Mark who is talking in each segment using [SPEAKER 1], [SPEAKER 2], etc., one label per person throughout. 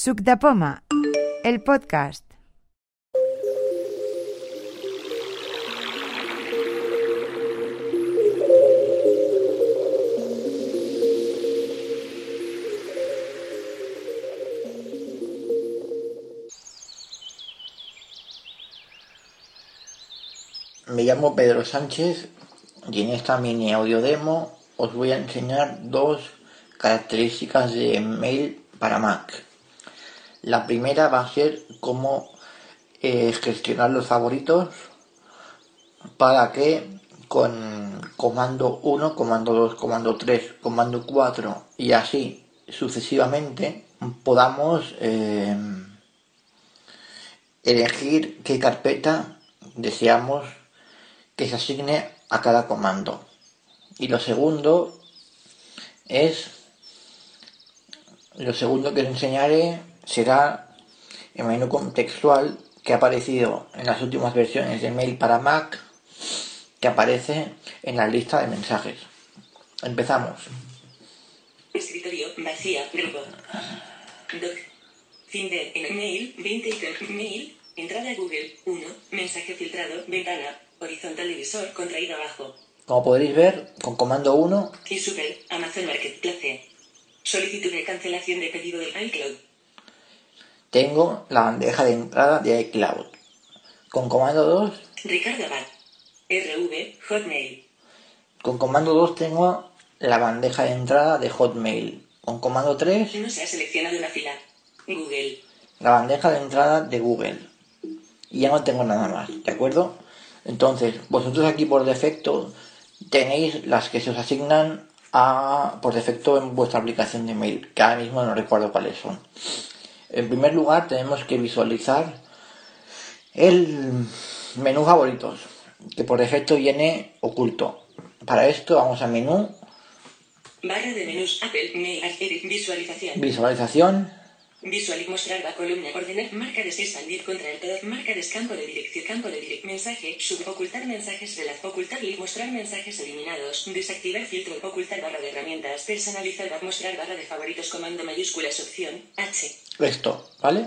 [SPEAKER 1] Suc de Poma, el podcast.
[SPEAKER 2] Me llamo Pedro Sánchez y en esta mini audio demo os voy a enseñar dos características de mail para Mac. La primera va a ser cómo eh, gestionar los favoritos para que con comando 1, comando 2, comando 3, comando 4 y así sucesivamente podamos eh, elegir qué carpeta deseamos que se asigne a cada comando. Y lo segundo es, lo segundo que os enseñaré será el menú contextual que ha aparecido en las últimas versiones de mail para Mac, que aparece en la lista de mensajes. Empezamos.
[SPEAKER 3] Escritorio, vacía, grupo. Doc. Finder, en mail, 20 ítems, mail, entrada a Google, 1, mensaje filtrado, ventana, horizontal divisor, contraído abajo,
[SPEAKER 2] Como podréis ver, con comando 1
[SPEAKER 3] Kisubel, Amazon Marketplace. Solicitud de cancelación de pedido del iCloud.
[SPEAKER 2] tengo la bandeja de entrada de iCloud. Con comando 2,
[SPEAKER 3] Ricardo Abad. RV, Hotmail.
[SPEAKER 2] con comando 2 tengo la bandeja de entrada de Hotmail. Con comando 3,
[SPEAKER 3] No se ha seleccionado una fila. Google.
[SPEAKER 2] la bandeja de entrada de Google. Y ya no tengo nada más, ¿de acuerdo? Entonces, vosotros aquí por defecto tenéis las que se os asignan a, por defecto en vuestra aplicación de mail, que ahora mismo no recuerdo cuáles son. En primer lugar, tenemos que visualizar el menú favoritos, que por defecto viene oculto. Para esto vamos a menú,
[SPEAKER 3] Barra de menús Apple Mail Edit Visualización.
[SPEAKER 2] visualización,
[SPEAKER 3] Visual mostrar la columna ordenar marca de 6 al 10 contra el todo marca de campo de dirección campo de direct mensaje sub ocultar mensajes de la ocultar y mostrar mensajes eliminados desactivar filtro ocultar barra de herramientas personalizar barra mostrar barra de favoritos comando mayúsculas opción H
[SPEAKER 2] esto, ¿vale?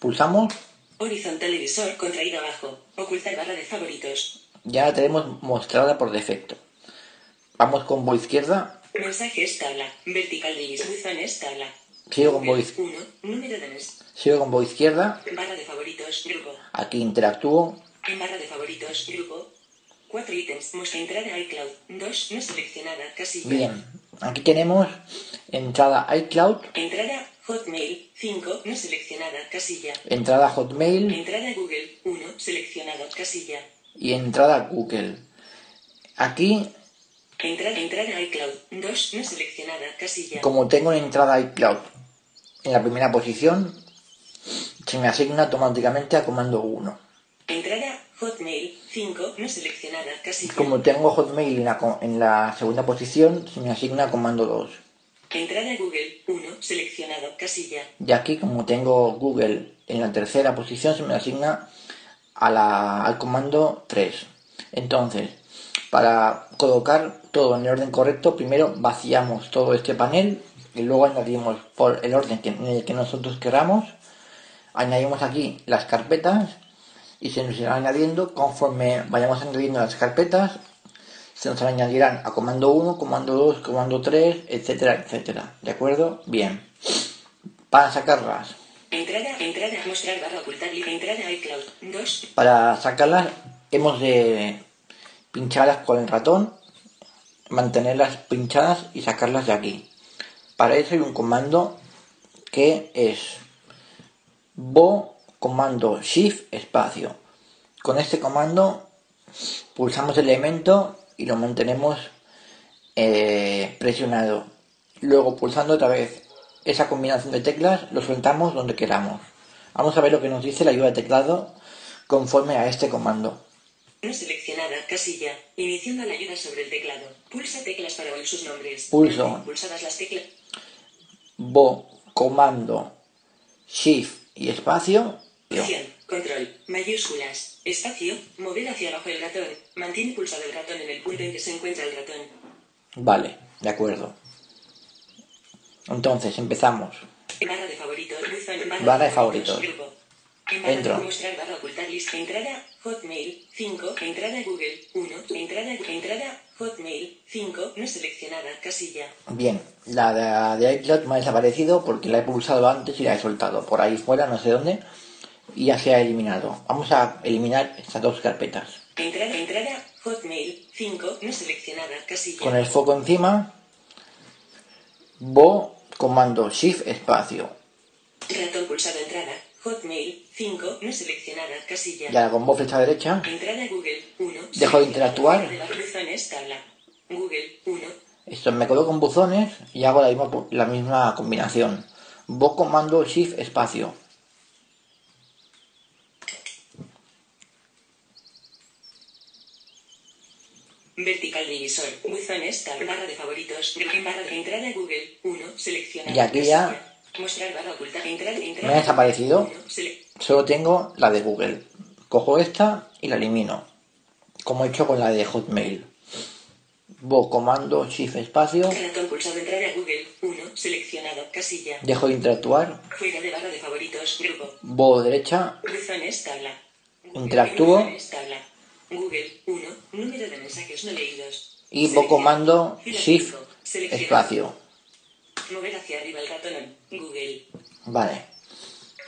[SPEAKER 2] Pulsamos
[SPEAKER 3] horizontal divisor contraído abajo ocultar barra de favoritos
[SPEAKER 2] ya la tenemos mostrada por defecto. Vamos con voz izquierda,
[SPEAKER 3] mensajes tabla vertical divisor buzones tabla
[SPEAKER 2] sigo con voz,
[SPEAKER 3] 1 número de mes
[SPEAKER 2] sigo con voz izquierda,
[SPEAKER 3] barra de favoritos grupo
[SPEAKER 2] aquí interactúo,
[SPEAKER 3] En barra de favoritos, grupo. 4 ítems, mosca entrada iCloud. 2, no seleccionada, casilla.
[SPEAKER 2] bien, aquí tenemos entrada iCloud,
[SPEAKER 3] Entrada Hotmail. 5, no seleccionada, casilla.
[SPEAKER 2] entrada Hotmail
[SPEAKER 3] Entrada Google. 1, seleccionado, casilla.
[SPEAKER 2] y entrada Google. Aquí,
[SPEAKER 3] Entrada, entrada iCloud. 2, no seleccionada, casilla.
[SPEAKER 2] como tengo en entrada iCloud en la primera posición, se me asigna automáticamente a comando 1.
[SPEAKER 3] Entrada Hotmail. 5, no seleccionada, casilla.
[SPEAKER 2] Como tengo Hotmail en la, co- en la segunda posición, se me asigna a comando 2.
[SPEAKER 3] Entrada Google. 1, seleccionado, casilla.
[SPEAKER 2] Y aquí, como tengo Google en la tercera posición, se me asigna a la- al comando 3. Entonces, para colocar todo en el orden correcto, primero vaciamos todo este panel y luego añadimos por el orden que- en el que nosotros queramos. Añadimos aquí las carpetas y se nos irán añadiendo conforme vayamos añadiendo las carpetas. Se nos añadirán a comando 1, comando 2, comando 3, etcétera, etcétera. ¿De acuerdo? Bien para sacarlas.
[SPEAKER 3] Entrada, entrada, mostrar barra ocultar. y Entrada iCloud. 2,
[SPEAKER 2] Para sacarlas hemos de pincharlas con el ratón, mantenerlas pinchadas y sacarlas de aquí. Para eso hay un comando que es bo comando shift espacio. Con este comando pulsamos el elemento y lo mantenemos eh, presionado. Luego pulsando otra vez esa combinación de teclas lo soltamos donde queramos. Vamos a ver lo que nos dice la ayuda de teclado conforme a este comando.
[SPEAKER 3] No seleccionada, casilla. Iniciando la ayuda sobre el teclado. Pulsa teclas para oír sus nombres.
[SPEAKER 2] Pulso.
[SPEAKER 3] Pulsadas las teclas.
[SPEAKER 2] Bo, comando, shift y espacio.
[SPEAKER 3] Acción. Control. Mayúsculas. Espacio. Mover hacia abajo el ratón. Mantiene pulsado el ratón en el punto en que se encuentra el ratón.
[SPEAKER 2] Vale, de acuerdo. Entonces empezamos.
[SPEAKER 3] Barra de favoritos. Buzón.
[SPEAKER 2] Barra de favoritos.
[SPEAKER 3] Grupo. En barra
[SPEAKER 2] Entro.
[SPEAKER 3] de Mostrar barra ocultar lista. Entrada Hotmail 5. Entrada Google 1. Entrada, entrada Hotmail 5. No seleccionada. Casilla.
[SPEAKER 2] Bien, la de, la de iCloud me ha desaparecido porque la he pulsado antes y la he soltado por ahí fuera, no sé dónde, y ya se ha eliminado. Vamos a eliminar estas dos carpetas.
[SPEAKER 3] Entrada, entrada Hotmail 5. No seleccionada. Casilla.
[SPEAKER 2] Con el foco encima, bo, comando shift espacio.
[SPEAKER 3] Ratón pulsado. Entrada Hotmail 5. No seleccionada. Casilla.
[SPEAKER 2] Y ahora con bo flecha derecha,
[SPEAKER 3] Entrada Google 1.
[SPEAKER 2] Dejo de interactuar.
[SPEAKER 3] De las buzones, tabla. Google 1.
[SPEAKER 2] esto me coloco en buzones y hago la misma, pu- la misma combinación. Bo, comando shift espacio.
[SPEAKER 3] Vertical divisor. Buzones tab. Barra de favoritos. En barra de entrada Google 1. Seleccionada.
[SPEAKER 2] Y aquí ya-
[SPEAKER 3] Casilla. Mostrar barra oculta. Entrada, entrada.
[SPEAKER 2] Me ha desaparecido.
[SPEAKER 3] Uno, sele-
[SPEAKER 2] Solo tengo la de Google. Cojo esta y la elimino. Como he hecho con la de Hotmail. Bo, comando, shift, espacio.
[SPEAKER 3] Ratón pulsado. Entrada Google 1. Seleccionado. Casilla.
[SPEAKER 2] Dejo de interactuar.
[SPEAKER 3] Fuera de barra de favoritos. Grupo.
[SPEAKER 2] Bo, derecha.
[SPEAKER 3] Buzones tabla.
[SPEAKER 2] Interactúo.
[SPEAKER 3] Buzones, tabla. Google 1. Número de mensajes no leídos.
[SPEAKER 2] Y bo, comando,
[SPEAKER 3] Fila
[SPEAKER 2] shift,
[SPEAKER 3] cinco, seleccionado.
[SPEAKER 2] espacio.
[SPEAKER 3] Mover hacia arriba el ratón. en Google.
[SPEAKER 2] Vale.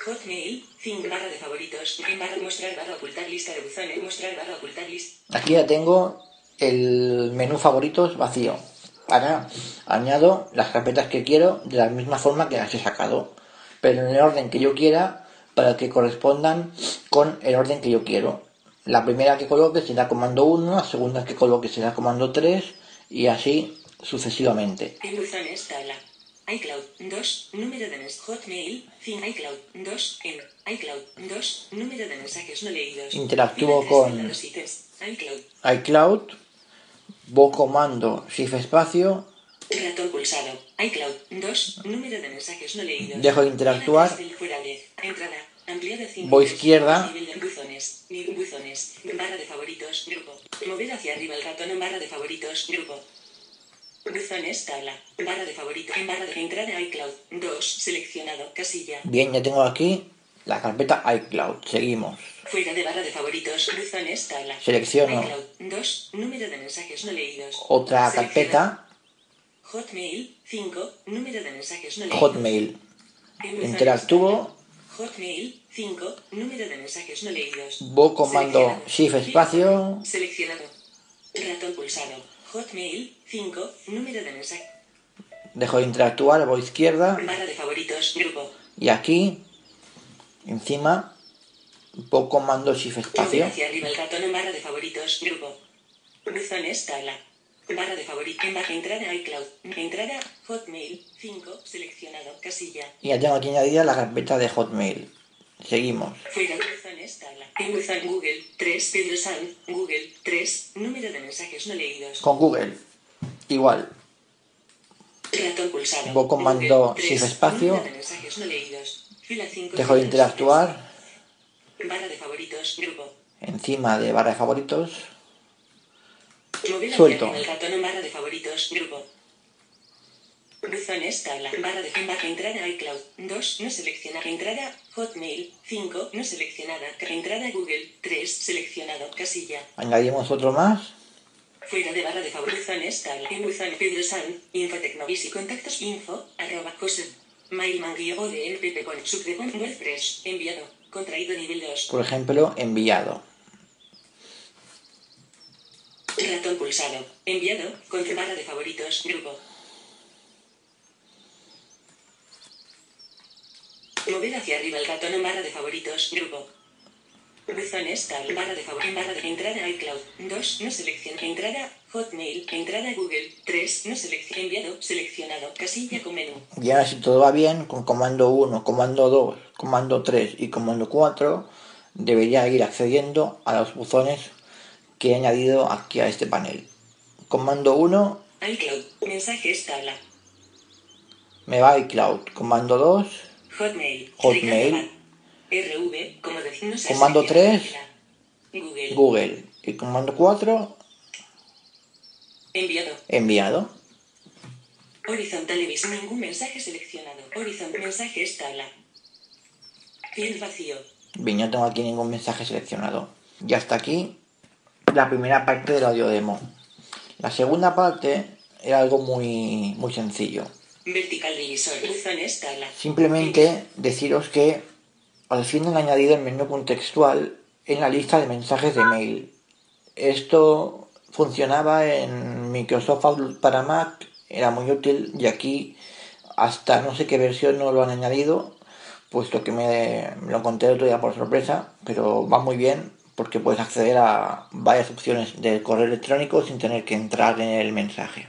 [SPEAKER 3] Hotmail. 5 barra de favoritos. En barra mostrar barra ocultar lista de buzones. Mostrar barra ocultar lista.
[SPEAKER 2] Aquí ya tengo el menú favoritos vacío. Ahora añado las carpetas que quiero de la misma forma que las he sacado, pero en el orden que yo quiera para que correspondan con el orden que yo quiero. La primera que coloque será comando 1, la segunda que coloque será comando 3 y así sucesivamente.
[SPEAKER 3] En buzones tabla. iCloud 2. Número de mensajes. Hotmail. 5 iCloud 2. En iCloud 2. Número de mensajes no leídos.
[SPEAKER 2] Interactúo
[SPEAKER 3] Fila tres,
[SPEAKER 2] con-
[SPEAKER 3] fila dos y tres. iCloud.
[SPEAKER 2] iCloud, bo comando shift espacio,
[SPEAKER 3] Ratón pulsado. iCloud 2. Número de mensajes no leídos.
[SPEAKER 2] Dejo de interactuar.
[SPEAKER 3] Fila tres, fuera de- Entrada. Ampliado cinco
[SPEAKER 2] Voy
[SPEAKER 3] veces.
[SPEAKER 2] izquierda.
[SPEAKER 3] Nivel de buzones. Ni- Buzones. Barra de favoritos. Grupo. Mover hacia arriba el ratón en barra de favoritos. Grupo. Buzones. Tabla. Barra de favoritos. En barra de entrada iCloud 2. Seleccionado. Casilla.
[SPEAKER 2] bien ya tengo aquí la carpeta iCloud, seguimos.
[SPEAKER 3] Fuera de barra de favoritos. Buzones. Tabla.
[SPEAKER 2] Selecciono.
[SPEAKER 3] iCloud 2. Número de mensajes no leídos.
[SPEAKER 2] Otra
[SPEAKER 3] Seleccionado.
[SPEAKER 2] carpeta
[SPEAKER 3] Hotmail 5. Número de mensajes no leídos.
[SPEAKER 2] Hotmail. Interactúo,
[SPEAKER 3] Hotmail 5. Número de mensajes no leídos.
[SPEAKER 2] Bo comando
[SPEAKER 3] Seleccionado.
[SPEAKER 2] Shift espacio.
[SPEAKER 3] Seleccionado. Ratón pulsado. Hotmail 5. Número de mensajes.
[SPEAKER 2] dejo de interactuar, voy a izquierda
[SPEAKER 3] Barra de favoritos. Grupo.
[SPEAKER 2] y aquí, encima, Bo comando shift
[SPEAKER 3] Mover
[SPEAKER 2] espacio.
[SPEAKER 3] hacia arriba el ratón en barra de favoritos. Grupo. Buzones tabla. Barra de favoritos. En barra entrada iCloud. Entrada Hotmail 5. Seleccionado. Casilla.
[SPEAKER 2] Y ya tengo aquí añadida la carpeta de Hotmail. Seguimos.
[SPEAKER 3] Fuera buzones tabla. En buzón Google 3. Pedro San. Google 3. Número de mensajes no leídos.
[SPEAKER 2] Con Google, igual.
[SPEAKER 3] Ratón pulsado.
[SPEAKER 2] Bo comando
[SPEAKER 3] Tres.
[SPEAKER 2] shift espacio.
[SPEAKER 3] Número de mensajes no leídos. Fila cinco,
[SPEAKER 2] Dejo de
[SPEAKER 3] fila
[SPEAKER 2] interactuar,
[SPEAKER 3] tres. Barra de favoritos. Grupo.
[SPEAKER 2] encima de barra de favoritos.
[SPEAKER 3] Mover hacia
[SPEAKER 2] Suelto.
[SPEAKER 3] arriba El ratón en barra de favoritos. Grupo. Buzones tabla. Barra de en barra entrada iCloud. 2. No seleccionada. Entrada Hotmail. 5. No seleccionada. Entrada Google. 3. Seleccionado. Casilla.
[SPEAKER 2] Añadimos otro más.
[SPEAKER 3] Fuera de barra de favoritos. Buzones tabla. En buzón Pedro San. Infotecnovis y contactos. Info. Arroba. Josep. Mailman guión ODL PP con subdepon WordPress. Enviado. Contraído nivel 2.
[SPEAKER 2] Por ejemplo, enviado.
[SPEAKER 3] Ratón pulsado. Enviado. Con barra de favoritos. Grupo. Mover hacia arriba el ratón en barra de favoritos. Grupo. Buzones tab. Barra de favoritos. Barra de entrada iCloud. 2. No selecciona. Entrada Hotmail. Entrada Google. 3. No selecciona. Enviado. Seleccionado. Casilla con menú.
[SPEAKER 2] Y ahora si todo va bien, con comando 1, comando 2, comando 3 y comando 4, debería ir accediendo a los buzones que he añadido aquí a este panel. Comando 1
[SPEAKER 3] iCloud. Mensajes tabla.
[SPEAKER 2] me va a iCloud, comando 2,
[SPEAKER 3] Hotmail.
[SPEAKER 2] Hotmail.
[SPEAKER 3] Ricardo Abad. RV. Como decimos
[SPEAKER 2] Comando tres.
[SPEAKER 3] Google.
[SPEAKER 2] Google y comando 4,
[SPEAKER 3] Enviado.
[SPEAKER 2] enviado.
[SPEAKER 3] Horizontal y vis. Ningún mensaje seleccionado. Horizontal. Mensajes tabla. Field vacío.
[SPEAKER 2] Bien, no tengo aquí ningún mensaje seleccionado. Y hasta aquí la primera parte del audio demo. La segunda parte era algo muy, muy sencillo.
[SPEAKER 3] Vertical divisor. Buzones tabla.
[SPEAKER 2] Simplemente deciros que al fin han añadido el menú contextual en la lista de mensajes de mail. Esto funcionaba en Microsoft Outlook para Mac, era muy útil y aquí hasta no sé qué versión no lo han añadido, puesto que me, me lo encontré el otro día por sorpresa, pero va muy bien porque puedes acceder a varias opciones del correo electrónico sin tener que entrar en el mensaje.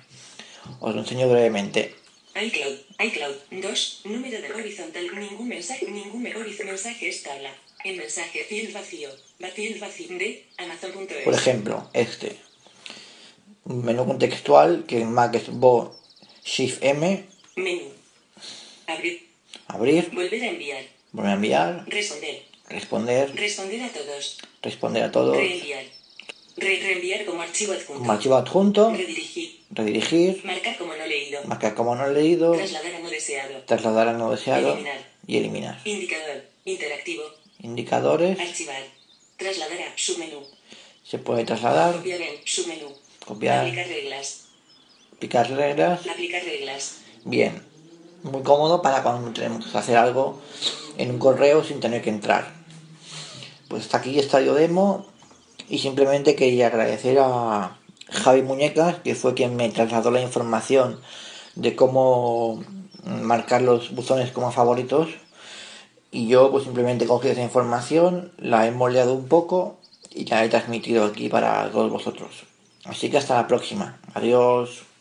[SPEAKER 2] Os lo enseño brevemente.
[SPEAKER 3] iCloud. iCloud. 2. Número de horizontal. Ningún mensaje. Ningún me- horiz- mensaje es tabla. En mensaje. Field vacío. Va- Field vacío. De Amazon.es.
[SPEAKER 2] Por ejemplo, este. Un menú contextual que en Mac es Bo Shift M,
[SPEAKER 3] Menú. Abrir.
[SPEAKER 2] abrir,
[SPEAKER 3] Volver a enviar.
[SPEAKER 2] volver a enviar,
[SPEAKER 3] Responder.
[SPEAKER 2] responder,
[SPEAKER 3] Responder a todos.
[SPEAKER 2] responder a todos,
[SPEAKER 3] Reenviar. Re- reenviar como archivo adjunto.
[SPEAKER 2] como archivo adjunto,
[SPEAKER 3] Redirigir.
[SPEAKER 2] redirigir,
[SPEAKER 3] Marcar como no leído.
[SPEAKER 2] marcar como no leído,
[SPEAKER 3] Trasladar a no deseado.
[SPEAKER 2] trasladar a no deseado
[SPEAKER 3] Eliminar.
[SPEAKER 2] y eliminar.
[SPEAKER 3] Indicador. Interactivo.
[SPEAKER 2] Indicadores,
[SPEAKER 3] Archivar. Trasladar a submenú.
[SPEAKER 2] se puede trasladar,
[SPEAKER 3] Copiar en submenú.
[SPEAKER 2] Copiar.
[SPEAKER 3] Aplicar reglas.
[SPEAKER 2] picar reglas.
[SPEAKER 3] Aplicar reglas.
[SPEAKER 2] Bien, muy cómodo para cuando tenemos que hacer algo en un correo sin tener que entrar. Pues hasta aquí Estadio Demo y simplemente quería agradecer a Javi Muñecas, que fue quien me trasladó la información de cómo marcar los buzones como favoritos. Y yo pues simplemente cogí esa información, la he moldeado un poco y la he transmitido aquí para todos vosotros. Así que hasta la próxima. Adiós.